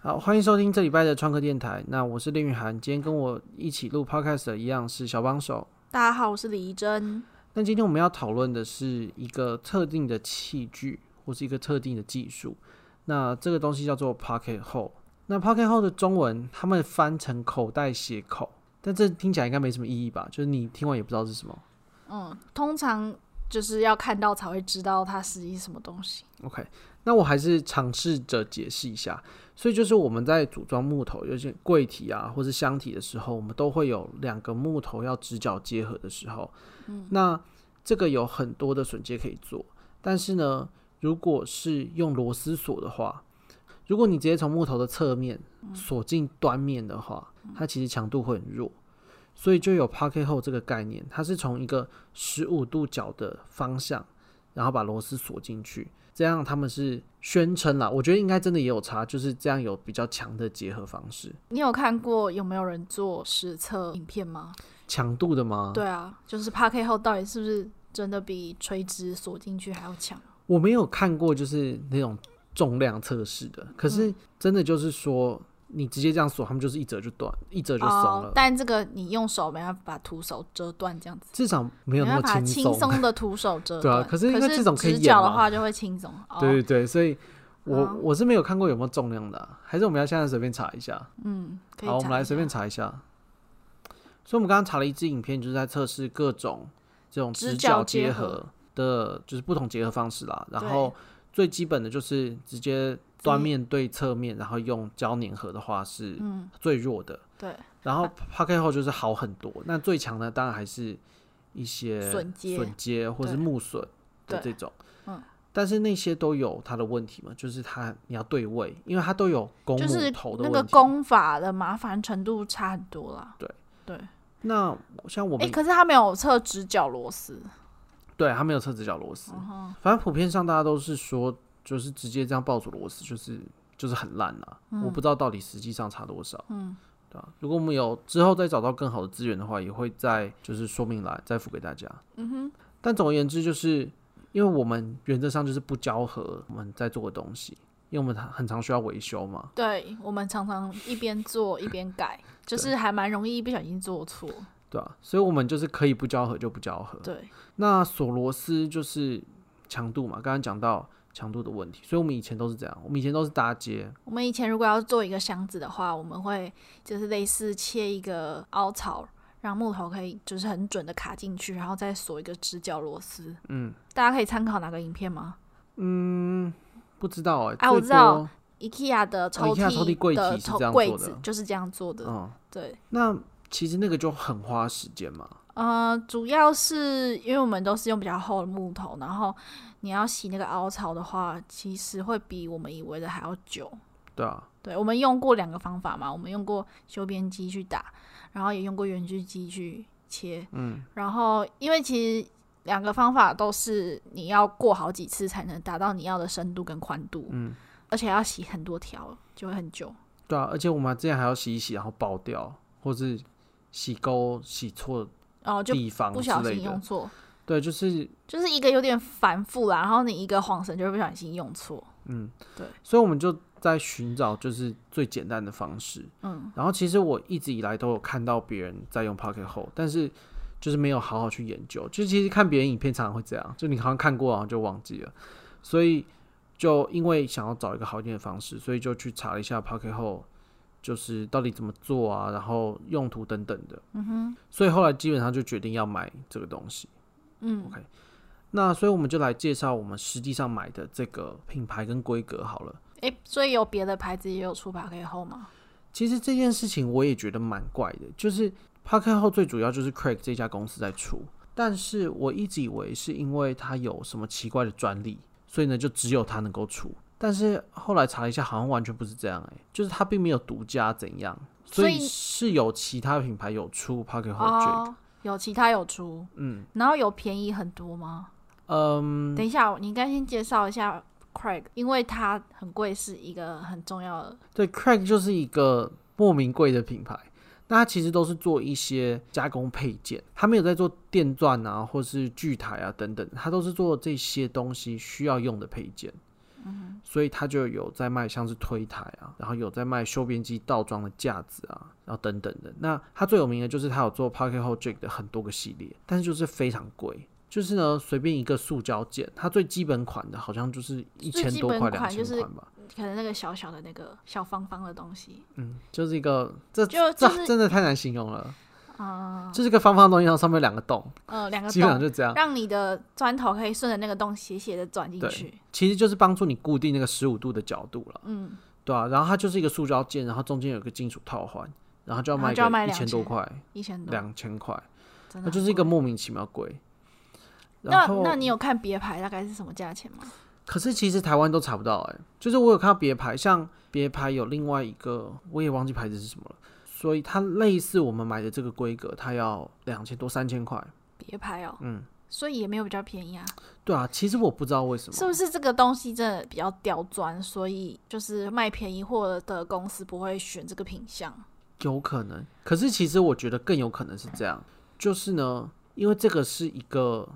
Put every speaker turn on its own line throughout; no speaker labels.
好，欢迎收听这礼拜的创客电台。那我是林雨涵，今天跟我一起录 podcast 的一样是小帮手。
大家好，我是李怡珍。
那今天我们要讨论的是一个特定的器具或是一个特定的技术。那这个东西叫做 pocket hole。那 pocket hole 的中文他们翻成口袋斜口，但这听起来应该没什么意义吧？就是你听完也不知道是什么。
嗯，通常就是要看到才会知道它是一什么东西。
OK，那我还是尝试着解释一下。所以就是我们在组装木头，尤其柜体啊或是箱体的时候，我们都会有两个木头要直角结合的时候。嗯，那这个有很多的榫接可以做，但是呢，如果是用螺丝锁的话，如果你直接从木头的侧面锁进端面的话，它其实强度会很弱。所以就有 pocket hole 这个概念，它是从一个十五度角的方向，然后把螺丝锁进去，这样他们是宣称啦，我觉得应该真的也有差，就是这样有比较强的结合方式，
你有看过有没有人做实测影片吗？
强度的吗？
对啊，就是 p a r k 后到底是不是真的比垂直锁进去还要强？
我没有看过就是那种重量测试的，可是真的就是说，你直接这样锁，他们就是一折就断，一折就松了，
哦，但这个你用手没办法把徒手折断，这样子
至少没有那
没办
么
法
轻
轻松的徒手 折
对啊
断。
可是因为这种可以
直
演
角的
嘛
话就会轻松。哦、
对对对，所以我、
哦
我是没有看过有没有重量的啊、还是我们要现在随便查一下？
嗯，可以
好，我们
查
来
一
随
下
便查一下。所以，我们刚刚查了一支影片，就是在测试各种这种
直
直
角
角
结
结
合
合的，就是不同结合方式啦。然
对
后最基本的就是直接端面对侧面，然后用胶粘合的话是
嗯，
最弱的。
对，
然后 pocket 后就是好很多。那最强的当然还是一些
榫接
榫接或是
对
木榫的
对
这种。
嗯。
但是那些都有它的问题嘛，就是它你要对位，因为它都有公
就
母
是
头的
那
问题。
个功法的麻烦程度差很多啦。
对
对，
那像我
哎、
们
可是他没有测直角螺丝。
对，它没有测直角螺丝。反正普遍上大家都是说，就是直接这样抱住螺丝，就是就是很烂啦、我不知道到底实际上差多少。嗯，对啊。如果我们有之后再找到更好的资源的话，也会在就是说明栏再付给大家。嗯哼。但总而言之，就是因为我们原则上就是不交合我们在做的东西，因为我们很常需要维修嘛。
对我们常常一边做一边改，就是还蛮容易不小心做错。
对啊，所以我们就是可以不交合就不交合。
对，
那锁螺丝就是强度嘛，刚刚讲到强度的问题，所以我们以前都是这样，我们以前都是搭接，
我们以前如果要做一个箱子的话，我们会就是类似切一个凹槽，让木头可以就是很准的卡进去，然后再锁一个直角螺丝。
嗯，哦
大家可以参考哪个影片吗
不知道哎、欸，
哎我
最
知道
多，
？IKEA 的抽
IKEA 抽屉柜
屉的
体是这样
抽
做
柜
的
子就是这样做的。
嗯，
对，
那其实那个就很花时间嘛，
呃，主要是因为我们都是用比较厚的木头，然后你要洗那个凹槽的话，其实会比我们以为的还要久。
对啊，
对，我们用过两个方法嘛，我们用过修边机去打，然后也用过圆锯机去切。嗯，然后因为其实两个方法都是你要过好几次才能达到你要的深度跟宽度，
嗯，
而且要洗很多条，就会很久。
对啊，而且我们之前还要洗一洗，然后爆掉，或是洗钩洗错
然后就
地方
不
之
小
类
心用
的，
错，
对，就是
就是一个有点繁复啦，然后你一个晃神就会不小心用错。
嗯，
对，
所以我们就在寻找就是最简单的方式。
嗯，
然后其实我一直以来都有看到别人在用 Pocket Hole，但是就是没有好好去研究。就其实看别人影片常常会这样，就你好像看过，然后就忘记了。所以就因为想要找一个好一点的方式，所以就去查了一下 Pocket Hole，就是到底怎么做啊，然后用途等等的。嗯哼。所以后来基本上就决定要买这个东西。
嗯
OK，那所以我们就来介绍我们实际上买的这个品牌跟规格好了。
诶，所以有别的牌子也有出 p a r k 后吗？
其实这件事情我也觉得蛮怪的，就是 p a r k 后最主要就是 Craig 这家公司在出，但是我一直以为是因为它有什么奇怪的专利，所以呢就只有它能够出。但是后来查了一下，好像完全不是这样、欸，就是它并没有独家怎样，所
所
以
以
是有其他品牌有出 p a r k 后 Drink，、
哦，有其他有出，
嗯
然后有便宜很多吗？
嗯，
等一下，你应该先介绍一下 Craig，因为它很贵，是一个很重要的。
对，Craig 就是一个莫名贵的品牌。那它其实都是做一些加工配件，它没有在做电钻啊，或是锯台啊等等，它都是做这些东西需要用的配件。嗯，所以他就有在卖像是推台啊，然后有在卖修边机倒装的架子啊，然后等等的。那他最有名的就是他有做 Pocket Hole Jig 的很多个系列，但是就是非常贵。就是呢，随便一个塑胶件，它最基本款的好像就是一千多块、
最基本
两
款就
千
是
块吧。
可能那个小小的那个小方方的东西，
嗯，就是一个这
就
呃这
就是
真的太难形容了，
嗯
就是一个方方的东西，然后上面有两个洞，
呃两个
基本上
洞，
就这样。
让你的砖头可以顺着那个洞斜斜的转进
对
去。
其实就是帮助你固定那个十五度的角度了，
嗯，
对啊。然后它就是一个塑胶件，然后中间有一个金属套环，然后就要
然后
卖
就要卖
一千多
2000
块，
一千多，
两千块，
真的
那
很
就是一个
贵。
莫名其妙贵。
那
然后
那你有看别牌大概是什么价钱吗？
可是其实台湾都查不到哎、就是我有看到别牌，像别牌有另外一个，我也忘记牌子是什么了，所以它类似我们买的这个规格，它要两千多三千块。
别牌哦，
嗯，
所以也没有比较便宜啊，
对啊，其实我不知道为什么，
是不是这个东西真的比较刁钻，所以就是卖便宜货的公司不会选这个品相？
有可能。可是其实我觉得更有可能是这样，就是呢，因为这个是一个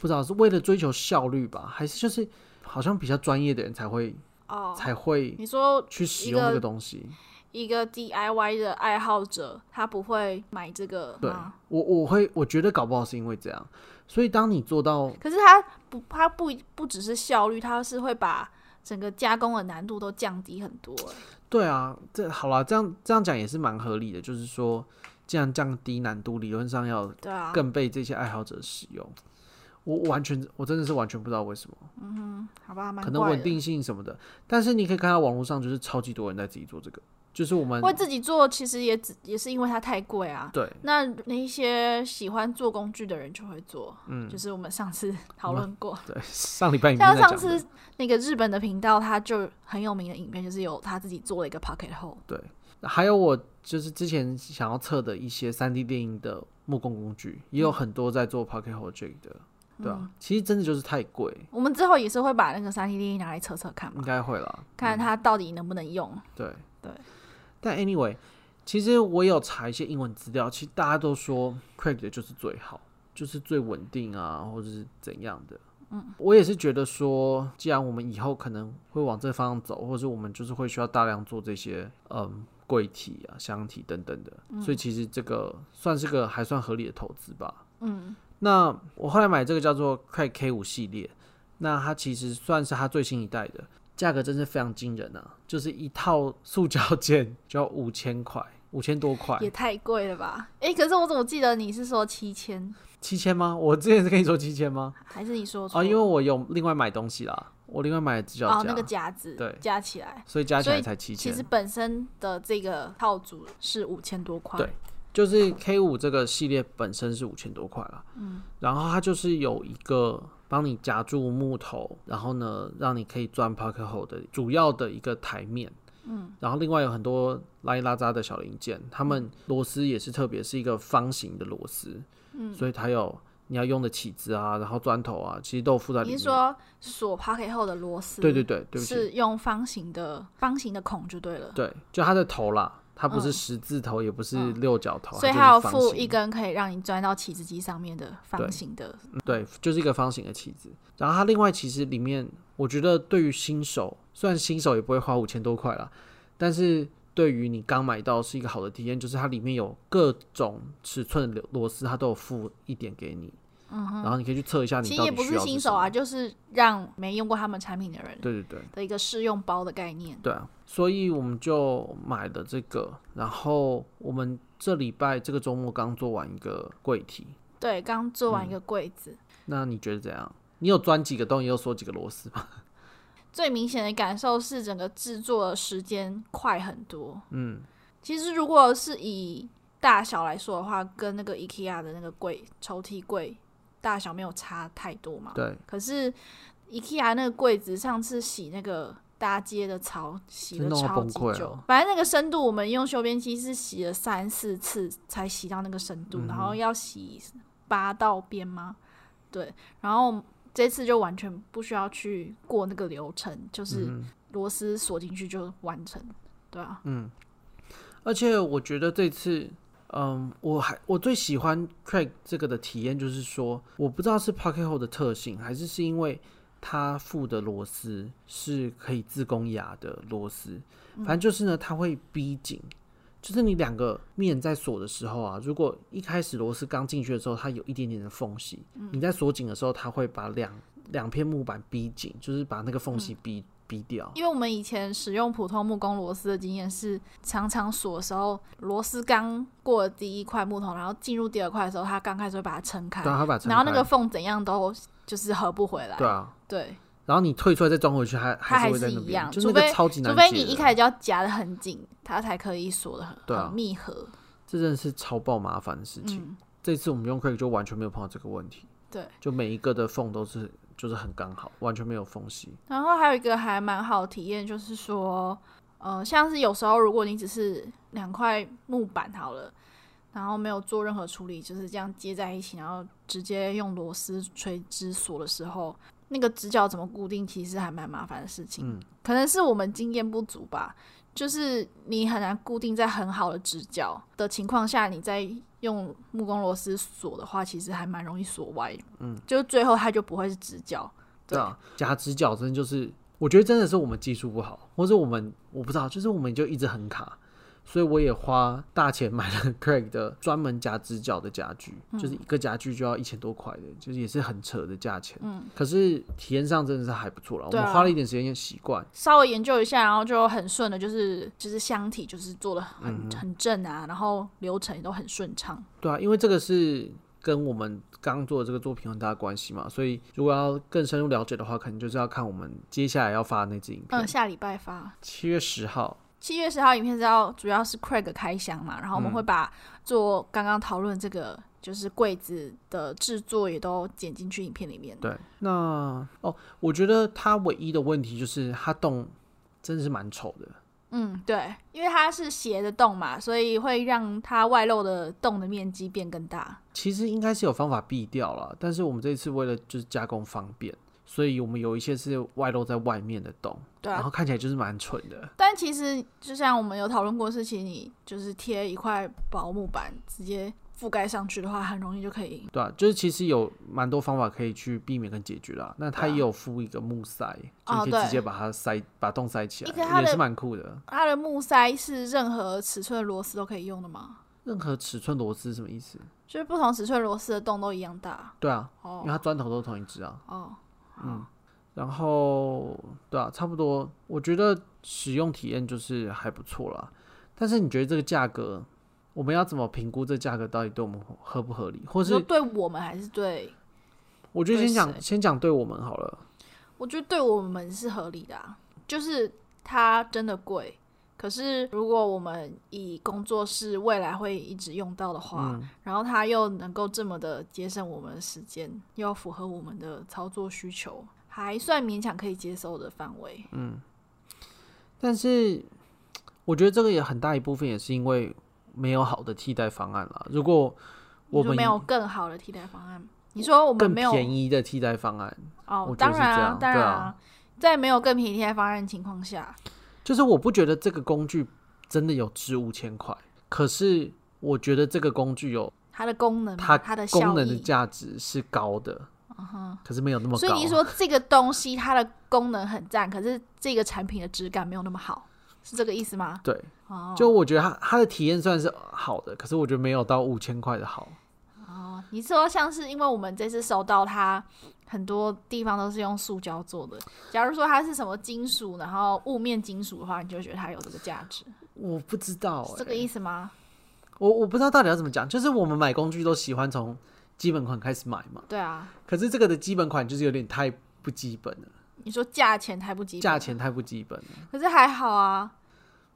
不知道是为了追求效率吧，还是就是好像比较专业的人才会
哦，
才会
你说
去使
一
用这
个
个东西。
一个 DIY 的爱好者，他不会买这个
对
吗？
我我会我觉得搞不好是因为这样，所以当你做到
可是他不，他不不只是效率，他是会把整个加工的难度都降低很多、欸。
对啊，这好啦，这样这样讲也是蛮合理的，就是说，既然降低难度，理论上要
对啊，
更被这些爱好者使用。我我完全，我真的是完全不知道为什么，
好吧，蛮
可能
怪
稳
的。
定性什么的。但是你可以看到网络上就是超级多人在自己做这个，就是我们
会自己做，其实也只也是因为它太贵啊。
对
那那一些喜欢做工具的人就会做，嗯，就是我们上次讨论过，
对上礼拜你们
像
在
上
讲
次
的，
那个日本的频道，他就很有名的影片，就是有他自己做了一个 pocket hole，
对，还有我就是之前想要测的一些三 D 电影的木工工具，也
嗯
有很多在做 Pocket Hole Jig 的，对啊，其实真的就是太贵，
我们之后也是会把那个三 D 电影拿来测测看
应
嘛，
该会啦，
看它到底能不能用。
对
对。
但 anyway，其实我有查一些英文资料，其实大家都说 Craig 的就是最好，就是最稳定啊，或者是怎样的。嗯，我也是觉得说，既然我们以后可能会往这方向走，或者是我们就是会需要大量做这些，嗯，柜体啊、箱体等等的，所以其实这个算是个还算合理的投资吧。
嗯，
那我后来买这个叫做 Craig K 五系列，那它其实算是它最新一代的，价格真是非常惊人啊！就是一套塑胶 件就要五千块，五千多块，
也太贵了吧？诶，可是我怎么记得你是说七千，
七千吗？我之前是跟你说七千吗？
还是你说错
啊，
了？
因为我有另外买东西啦，我另外买了直角夹，
哦那个夹子
对
加起来，
所以加起
所
来
以
才七
其
千
实。本身的这个套组是五千多块。
对就是 K 五这个系列本身是五千多块啦，嗯，然后它就是有一个帮你夹住木头，然后呢让你可以钻 Pocket Hole 的主要的一个台面，嗯，然后另外有很多拉一拉扎的小零件，它们螺丝也是特别是一个方形的螺丝，嗯，所以它有你要用的起子啊，然后砖头啊，其实都有附在里
你
面。
是说锁 pocket 后的螺丝？
对对对，对不起，
是用方形的方形的孔就对了，
对，就它的头啦，它不是
嗯
十字头，也不是
嗯
六角头，
所以
它
它有
就是方
附
形
一根可以让你钻到起子机上面的
对
方形的。
对，就是一个方形的棋子。然后它另外其实里面，我觉得对于新手，虽然新手也不会花五千多块啦，但是对于你刚买到是一个好的体验，就是它里面有各种尺寸的螺丝，它都有附一点给你，嗯、然后你可以去测一下你
其实
到
也
底
不
需
是
要
新
什
手啊，
么。
就是让没用过他们产品的人
对对对
的一个试用包的概念。
对啊，所以我们就买了这个，然后我们这礼拜这个周末刚做完一个柜体，
对，刚做
嗯
完一个柜子，
那你觉得怎样？你有钻几个洞，也有锁几个螺丝吗？
最明显的感受是整个制作的时间快很多。嗯，其实如果是以大小来说的话，跟那个 IKEA 的那个柜抽屉柜大小没有差太多嘛。
对，
可是 IKEA 那个柜子上次洗那个搭街的槽，洗
真
了
弄到
超
崩
级
溃哦
久。
了
反正那个深度，我们用修边机是洗了三四次才洗到那个深
嗯
度，然后要洗八道边吗？对，然后这次就完全不需要去过那个流程，就是
嗯。
螺丝锁进去就完成，对啊，
而且我觉得这次，嗯，我还我最喜欢 Craig 这个的体验就是说，我不知道是 Pocket Hole 的特性，还是是因为它附的螺丝是可以自攻牙的螺丝，
嗯
反正就是呢，它会逼紧。就是你两个面在锁的时候啊，如果一开始螺丝刚进去的时候，它有一点点的缝隙，
嗯
你在锁紧的时候，它会把两两片木板逼紧，就是把那个缝
嗯
隙逼、逼掉。
因为我们以前使用普通木工螺丝的经验是，常常锁的时候，螺丝刚过第一块木头，然后进入第二块的时候，它刚开始会把它撑开，
对啊，它把
然后那个
撑
缝怎样都就是合不回来。
开对啊，
对
然后你退出来再装回去，还
它还
是会在
是
那
一
边，
样
就是那
除
个
非
超级难
除
解的。
非你一开始就要夹的很紧，它才可以锁的很,、
对啊
很密合。
这真的是超爆麻烦的事情。
嗯，
这次我们用 Craig 就完全没有碰到这个问题，
对。
就每一个的缝都是就是很刚好，完全没有缝隙。
然后还有一个还蛮好的体验，就是说，呃，像是有时候如果你只是两块木板好了，然后没有做任何处理，就是这样接在一起，然后直接用螺丝垂直锁的时候，那个直角怎么固定，其实还蛮麻烦的事情。
嗯
可能是我们经验不足吧，就是你很难固定在很好的直角的情况下，你再用木工螺丝锁的话，其实还蛮容易锁歪。嗯，就是最后它就不会是直角。对
啊，夹直角真的就是，我觉得真的是我们技术不好，或者我们我不知道，就是我们就一直很卡，所以我也花大钱买了 Craig 的专门夹直角的家具，
嗯
就是一个家具就要一千多块的，就是也是很扯的价钱。嗯，可是体验上真的是还不错了，我
对
们
啊
花了一点时间习惯。
稍微研究一下，然后就很顺的，就是就是箱体就是做的很、很正啊，然后流程也都很顺畅。
对啊，因为这个是跟我们刚做的这个作品有很大的关系嘛，所以如果要更深入了解的话，可能就是要看我们接下来要发的那支影
嗯，
片，
下礼拜发。
七、月十号。
七月十号影片是要主要是 Craig 开箱嘛，然后我们会把做刚刚讨论这个就是柜子的制作也都剪进去影片里面。
对，那哦，我觉得它唯一的问题就是它洞真的是蛮丑的，
嗯，对，因为它是斜的洞嘛，所以会让它外露的洞的面积变更大。
其实应该是有方法避掉了，但是我们这一次为了就是加工方便，所以我们有一些是外露在外面的洞，
对啊
然后看起来就是蛮蠢的。
但其实就像我们有讨论过的事情，你就是贴一块薄木板直接覆盖上去的话，很容易就可以。
对啊，就是其实有蛮多方法可以去避免跟解决啦。那它
对啊
也有附一个木塞，就
哦
你可以
对
直接把它塞，把洞塞起
一个
来，
它
也
的
是蛮酷的。
它的木塞是任何尺寸的螺丝都可以用的吗？
任何尺寸螺丝是什么意思？
就是不同尺寸螺丝的洞都一样大
对啊，因
哦
为它砖头都同一只啊。
哦，
然后对啊，差不多，我觉得使用体验就是还不错啦。但是你觉得这个价格，我们要怎么评估这价格到底对我们合不合理？或
你说
是
对我们还是对？
我觉得先
对谁
讲先讲对我们好了。
我觉得对我们是合理的、啊，就是它真的贵。可是如果我们以工作室未来会一直用到的话，
嗯
然后它又能够这么的节省我们的时间，又符合我们的操作需求，还算勉强可以接受的范围。
嗯但是我觉得这个也很大一部分也是因为没有好的替代方案啦。如果我
你说
们
没有更好的替代方案，你说我们
更
没有
便宜的替代方案，
哦
我，觉
当
得是
然
这
啊
样，
当
对
然
啊
啊，在没有更便宜替代方案的情况下，
就是我不觉得这个工具真的有值五千块，可是我觉得这个工具有
它的功能嘛、
它
它的效
功能的
益，嗯
价值是高的，可是没有那么高。啊
所以你说这个东西它的功能很赞，可是这个产品的质感没有那么好，是这个意思吗？
对，
哦，
就我觉得它它的体验算是好的，可是我觉得没有到五千块的好。
哦，你说像是因为我们这次收到它。很多地方都是用塑胶做的。假如说它是什么金属，然后雾面金属的话，你就会觉得它有这个价值，
我不知道、
是
欸，
这个意思吗？
我我不知道到底要怎么讲。就是我们买工具都喜欢从基本款开始买嘛，
对啊，
可是这个的基本款就是有点太不基本了，
你说价钱还不及，
价，钱太不基本了。
可是还好啊。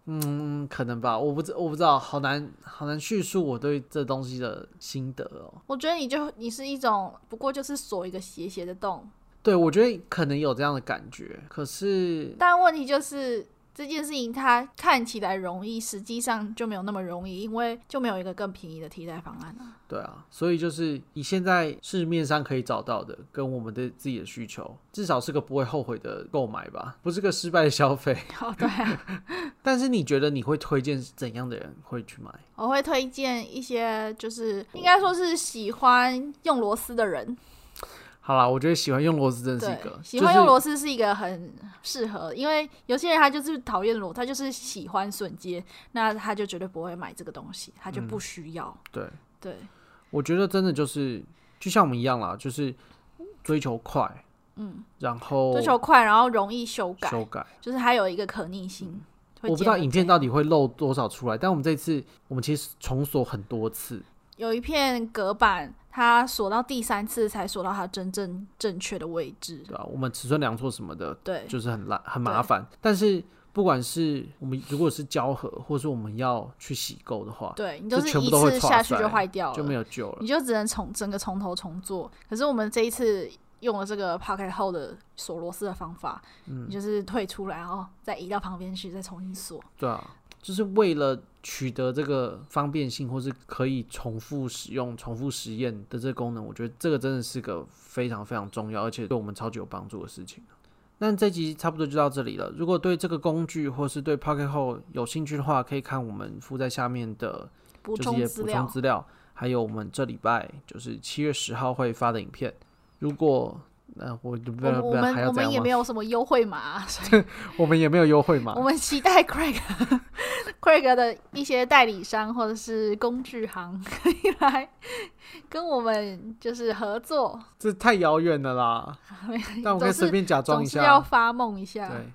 嗯，可能吧，我不知我不知道，好难好难叙述我对这东西的心得哦。
我觉得你就你是一种，不过就是锁一个斜斜的洞，
对，我觉得可能有这样的感觉，可是
但问题就是这件事情它看起来容易，实际上就没有那么容易，因为就没有一个更便宜的替代方案啊。
对啊，所以就是以现在市面上可以找到的，跟我们的自己的需求，至少是个不会后悔的购买吧，不是个失败的消 费。
哦，对啊，
但是你觉得你会推荐怎样的人会去买？
我会推荐一些就是应该说是喜欢用螺丝的人，
好啦，我觉得喜欢用螺丝真的是
对
一个，，
喜欢用
就是
螺丝是一个很适合，因为有些人他就是讨厌螺，他就是喜欢笋尖，那他就绝对不会买这个东西，他就不需要。
嗯对，
对，
我觉得真的就是就像我们一样啦，就是追求快，嗯，然后
追求快，然后容易修改，
修改。
就是它有一个可逆性。会
我不知
结合
道影片
在
到底会漏多少出来，但我们这次我们其实重锁很多次，
有一片隔板，它锁到第三次才锁到它真正正确的位置
对。吧、我们尺寸量错什么的，
对，
就是很烂很麻烦。但是不管是我们如果是胶合，或是我们要去洗垢的话，
对你
这
就是
全部
一
都会
次
错
下去
塞
就坏掉了，
就没有救了
你。就只能从整个从头重做。可是我们这一次用了这个 pocket hole 的锁螺丝的方法，
嗯
你就是退出来，然后再移到旁边去，再重新锁。
对啊，就是为了取得这个方便性，或是可以重复使用、重复实验的这个功能，我觉得这个真的是个非常非常重要，而且对我们超级有帮助的事情。那这集差不多就到这里了。如果对这个工具或是对 Pocket Hole 有兴趣的话，可以看我们附在下面的
补
就是一
充
些
资
补充
料，
资料，还有我们这礼拜就是七月十号会发的影片。如果呃，我就不
我
要
们
不
我
要还
们
要
我
怎
们也
样
没
吗？
有什么优惠码，所以
我们也没有优惠嘛
我，们期待 Craig Craig 的一些代理商或者是工具行 可以来跟我们就是合作，
这太遥远了啦。但我可以随
总是
便假装
总
一
是
下。
要发梦一下。
对，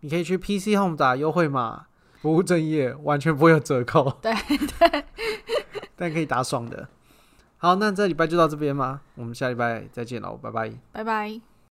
你可以去 PC Home 打优惠码，不务正业，完全不会有折扣。
对
对，但可以打爽的。好，那这礼拜就到这边吧，我们下礼拜再见喽，拜拜。
拜拜。